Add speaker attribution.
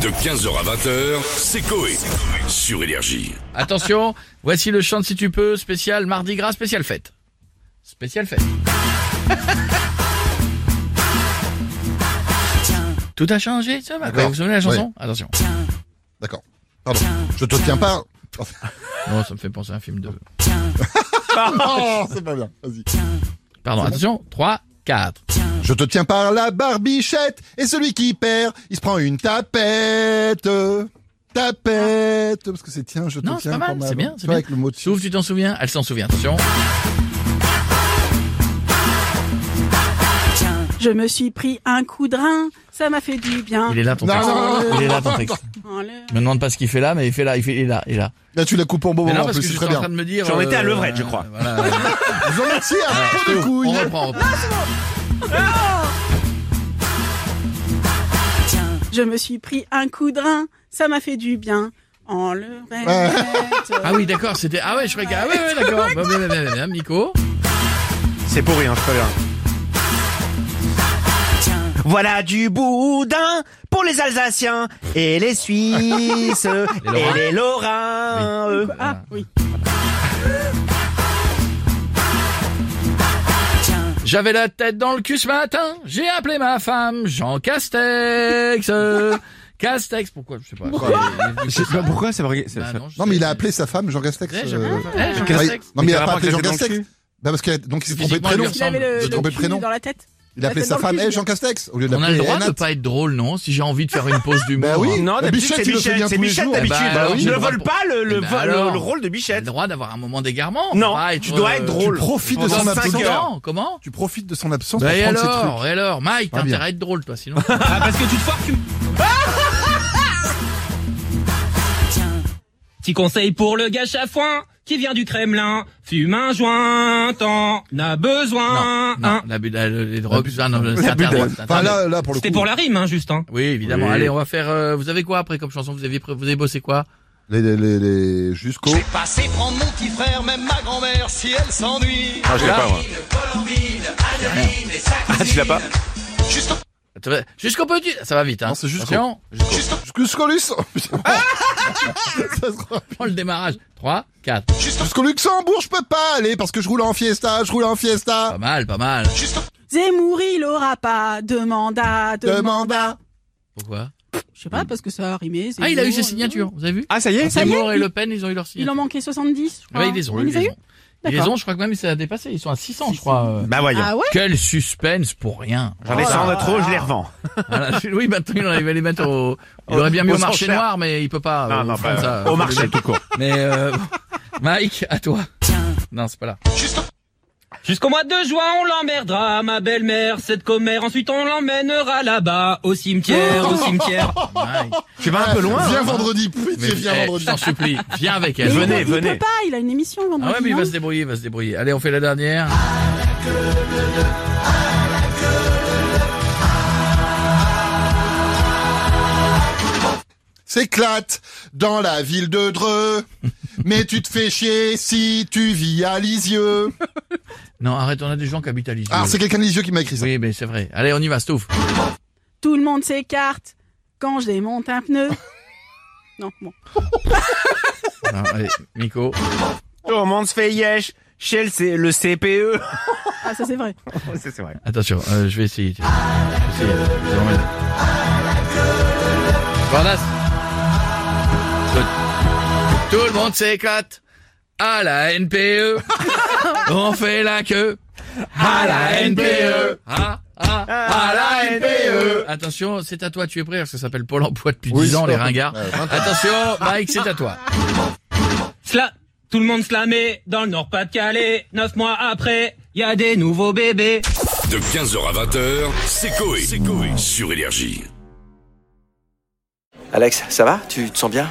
Speaker 1: De 15h à 20h, c'est Coé. Sur Énergie.
Speaker 2: Attention, voici le chant si tu peux, spécial Mardi Gras, spécial fête. Spécial fête. Tout a changé, ça va. Vous
Speaker 3: Ah, D'accord.
Speaker 2: vous souvenez de la chanson Attention.
Speaker 3: D'accord. Pardon. Je te tiens pas.
Speaker 2: Non, ça me fait penser à un film de...
Speaker 3: Oh, c'est pas bien. Vas-y.
Speaker 2: Pardon, attention, 3, 4.
Speaker 3: Je te tiens par la barbichette et celui qui perd, il se prend une tapette. Tapette. Parce que c'est tiens, je te
Speaker 2: Non, c'est
Speaker 3: tiens
Speaker 2: pas
Speaker 3: par
Speaker 2: mal,
Speaker 3: ma-
Speaker 2: c'est bien,
Speaker 3: Tu
Speaker 2: c'est
Speaker 3: vois,
Speaker 2: bien.
Speaker 3: avec le mot de
Speaker 2: Sauf tu t'en souviens, elle s'en souvient, attention.
Speaker 4: Je me suis pris un coup de rein, ça m'a fait du bien.
Speaker 2: Il est là ton
Speaker 3: Non,
Speaker 2: texte.
Speaker 3: non, non,
Speaker 2: Il est là ton texte.
Speaker 4: Oh, le-
Speaker 2: Je me demande pas ce qu'il fait là, mais il fait là, il, fait, il est là, il est là.
Speaker 3: Là, tu la coupes en bon
Speaker 2: Mais
Speaker 3: moment,
Speaker 2: non,
Speaker 3: en
Speaker 2: parce
Speaker 3: plus,
Speaker 2: que
Speaker 3: c'est
Speaker 2: je suis
Speaker 3: très
Speaker 2: en
Speaker 3: bien.
Speaker 2: train de me dire.
Speaker 5: J'en étais à
Speaker 2: euh,
Speaker 5: Levrette, je crois.
Speaker 2: voilà.
Speaker 3: Vous en étiez
Speaker 2: Ah,
Speaker 3: à trop de
Speaker 2: on
Speaker 3: couilles.
Speaker 2: reprend. on reprend.
Speaker 4: Je me suis pris un coup de rein, ça m'a fait du bien. En le
Speaker 3: Ouais.
Speaker 4: répète.
Speaker 2: Ah oui, d'accord, c'était. Ah ouais, je croyais que. Ah ouais, ouais, d'accord. Bah, bah, bah, bah, bah, Nico.
Speaker 5: C'est pourri, hein, je préviens. Voilà du boudin pour les Alsaciens et les Suisses et
Speaker 2: Lorrains.
Speaker 5: les Lorrains. euh.
Speaker 4: Ah oui.
Speaker 2: J'avais la tête dans le cul ce matin, j'ai appelé ma femme Jean Castex. Castex, pourquoi Je sais pas. Ah
Speaker 6: Je sais pas pourquoi ça va regarder.
Speaker 5: Ah
Speaker 6: ça- ça-
Speaker 3: Non, mais il a appelé sa femme, Jean Gastex.
Speaker 2: Ouais,
Speaker 3: euh,
Speaker 2: j'avais appelé ma femme. Eh, Jean
Speaker 3: il-
Speaker 2: Castex.
Speaker 3: Non, mais il a
Speaker 6: Quel
Speaker 3: pas
Speaker 6: rapport
Speaker 3: appelé
Speaker 6: avec
Speaker 3: Jean
Speaker 6: la tête dans le
Speaker 3: Gastex. Bah, parce que, donc, il s'est trompé
Speaker 2: Physiquement,
Speaker 3: de
Speaker 2: il
Speaker 3: prénom.
Speaker 2: lui
Speaker 4: Il avait le,
Speaker 2: J'ai
Speaker 4: le
Speaker 3: trompé de
Speaker 4: cul
Speaker 3: prénom.
Speaker 4: dans la tête.
Speaker 3: Il a appelé
Speaker 4: la
Speaker 3: sa
Speaker 4: tête dans le
Speaker 3: femme,
Speaker 4: cul,
Speaker 3: eh, Jean Castex, au lieu
Speaker 2: On a
Speaker 3: d'appeler
Speaker 2: le droit de
Speaker 3: Renate.
Speaker 2: pas être drôle, non Si j'ai envie de faire une pause d'humour.
Speaker 3: Bah oui,
Speaker 2: hein.
Speaker 5: Non,
Speaker 3: Mais
Speaker 5: d'habitude,
Speaker 3: Bichette,
Speaker 5: c'est
Speaker 3: il le fait
Speaker 5: Michel,
Speaker 3: bien
Speaker 5: c'est
Speaker 3: tous les
Speaker 5: Michette
Speaker 3: jours.
Speaker 5: d'habitude.
Speaker 2: Eh ben, oui,
Speaker 5: ne
Speaker 2: je
Speaker 5: vole
Speaker 2: vois
Speaker 5: pas le, le,
Speaker 2: Eh ben
Speaker 5: vo- le-
Speaker 2: alors.
Speaker 5: le rôle de
Speaker 2: T'as le
Speaker 5: Bichette.
Speaker 2: droit d'avoir un moment d'égarement. faut
Speaker 5: Non,
Speaker 2: pas être,
Speaker 5: tu dois
Speaker 2: euh,
Speaker 5: être drôle.
Speaker 3: Tu profites de
Speaker 5: Pendant
Speaker 3: son
Speaker 5: cinq
Speaker 3: absence.
Speaker 5: heures.
Speaker 2: Comment Comment
Speaker 3: Tu profites de son absence
Speaker 2: Bah,
Speaker 3: pour
Speaker 2: et
Speaker 3: prendre ses trucs.
Speaker 2: alors Et alors Mike, t'as
Speaker 3: Ah, bien.
Speaker 2: intérêt à être drôle, toi, sinon.
Speaker 5: parce que tu te foires, tu...
Speaker 7: Petit conseil pour le gâche à foin qui vient du Kremlin. Fume un joint, t'en as besoin.
Speaker 2: Non, non,
Speaker 7: Hein.
Speaker 2: l'abus d'a- les drogues, ça, non, c'est interdit, c'est
Speaker 3: Enfin,
Speaker 2: interdit.
Speaker 3: là, là, pour le coup.
Speaker 7: C'était pour la rime, hein, juste. Hein.
Speaker 2: Oui, évidemment.
Speaker 5: Oui.
Speaker 2: Allez, on va faire. euh, vous avez quoi après comme chanson Vous avez pré- vous avez bossé quoi
Speaker 3: Les, les, les, les- jusqu'au.
Speaker 8: Passez prendre mon petit frère, même ma grand-mère, si elle s'ennuie.
Speaker 6: Ah, je l'ai pas, moi. Ah, tu l'as pas
Speaker 2: Attends, Jusqu'au petit. Ça va vite. Hein.
Speaker 3: Non, c'est jusqu'au-
Speaker 2: Attention,
Speaker 3: Jusqu'au Luxe. Oh, putain. Ça se rend-
Speaker 2: prends le démarrage. 3, 4.
Speaker 3: Jusqu'au Luxembourg, je peux pas aller parce que je roule en fiesta, je roule en fiesta.
Speaker 7: Ah,
Speaker 2: Pas mal, pas mal.
Speaker 4: Zemmour, il aura pas de mandat. De
Speaker 3: De
Speaker 4: man-
Speaker 3: mandat.
Speaker 2: Pourquoi
Speaker 4: Je sais pas, parce que ça a rimé.
Speaker 2: Ah, il a eu
Speaker 4: Zemmour,
Speaker 2: ses signatures. Vous avez vu
Speaker 6: Ah, ça y est
Speaker 4: Ça y est,
Speaker 2: Zemmour et
Speaker 4: il-
Speaker 2: Le Pen, ils ont eu leur
Speaker 4: Il
Speaker 2: signature.
Speaker 4: en manquait 70, je crois.
Speaker 2: Ah Ouais, ils les ont.
Speaker 4: On les a
Speaker 2: ils
Speaker 4: eu
Speaker 2: les ont. Ils les
Speaker 4: D'accord.
Speaker 2: ont, je crois que même ça a dépassé. Ils sont à 600, je crois. euh.
Speaker 5: Bah voyons.
Speaker 4: Ah ouais
Speaker 2: Quel suspense pour rien.
Speaker 5: J'en ai 100 de trop, je les revends.
Speaker 2: Voilà. Oui, maintenant il aurait- il va les mettre au. Il aurait bien mis
Speaker 5: Aux
Speaker 2: au marché
Speaker 5: enchères.
Speaker 2: noir, mais il peut pas. euh,
Speaker 5: Non, non,
Speaker 2: faire
Speaker 5: pas,
Speaker 2: ça.
Speaker 5: au marché.
Speaker 6: tout court.
Speaker 2: Mais euh, Mike, à toi. Non, c'est pas là.
Speaker 4: Oh,
Speaker 7: Jusqu'au mois de juin, on l'emmerdera, ma belle-mère, cette commère. Ensuite, on l'emmènera là-bas, au cimetière, au cimetière.
Speaker 2: Mike.
Speaker 5: Tu vas un peu loin.
Speaker 3: Viens
Speaker 5: hein.
Speaker 3: vendredi, pitié, viens
Speaker 2: eh,
Speaker 3: vendredi.
Speaker 2: je t'en supplie, viens avec elle.
Speaker 4: Mais il
Speaker 5: Venez,
Speaker 4: peut- Il
Speaker 5: venez.
Speaker 4: peut pas, il a une émission
Speaker 2: Ah
Speaker 4: vendredi. hein.
Speaker 2: ouais, mais il va
Speaker 4: non
Speaker 2: se débrouiller, il va se débrouiller. Allez, on fait la dernière.
Speaker 3: S'éclate dans la ville de Dreux. Mais tu te fais chier si tu vis à Lisieux.
Speaker 2: Non, arrête, on a des gens qui habitent à Lisieux.
Speaker 3: Ah, c'est quelqu'un de Lisieux qui m'a écrit ça.
Speaker 2: Oui, mais c'est vrai. Allez, on y va, Stouff.
Speaker 4: Tout le monde s'écarte quand je démonte un pneu. non, bon.
Speaker 2: Non, allez, Nico.
Speaker 5: Tout le monde se fait yesh chez le, C- E. le CPE.
Speaker 4: Ah, ça c'est vrai.
Speaker 5: c'est c'est vrai.
Speaker 2: Attention, euh, je vais essayer. Je vais essayer. Je vais en mettre. Bordas. Tout tout le monde s'éclate à la NPE. on fait la queue à la NPE. Ah, ah, à la NPE. Attention, c'est à toi, tu es prêt, parce que ça s'appelle Pôle emploi depuis 10 ans, les ringards.
Speaker 3: Ouais,
Speaker 2: Attention, Mike, c'est à toi.
Speaker 7: Cela, tout le monde se la met dans le Nord-Pas-de-Calais. Neuf mois après, il y a des nouveaux bébés.
Speaker 1: De 15h à 20h, c'est Coé. Sur Énergie.
Speaker 9: Alex, ça va Tu te sens bien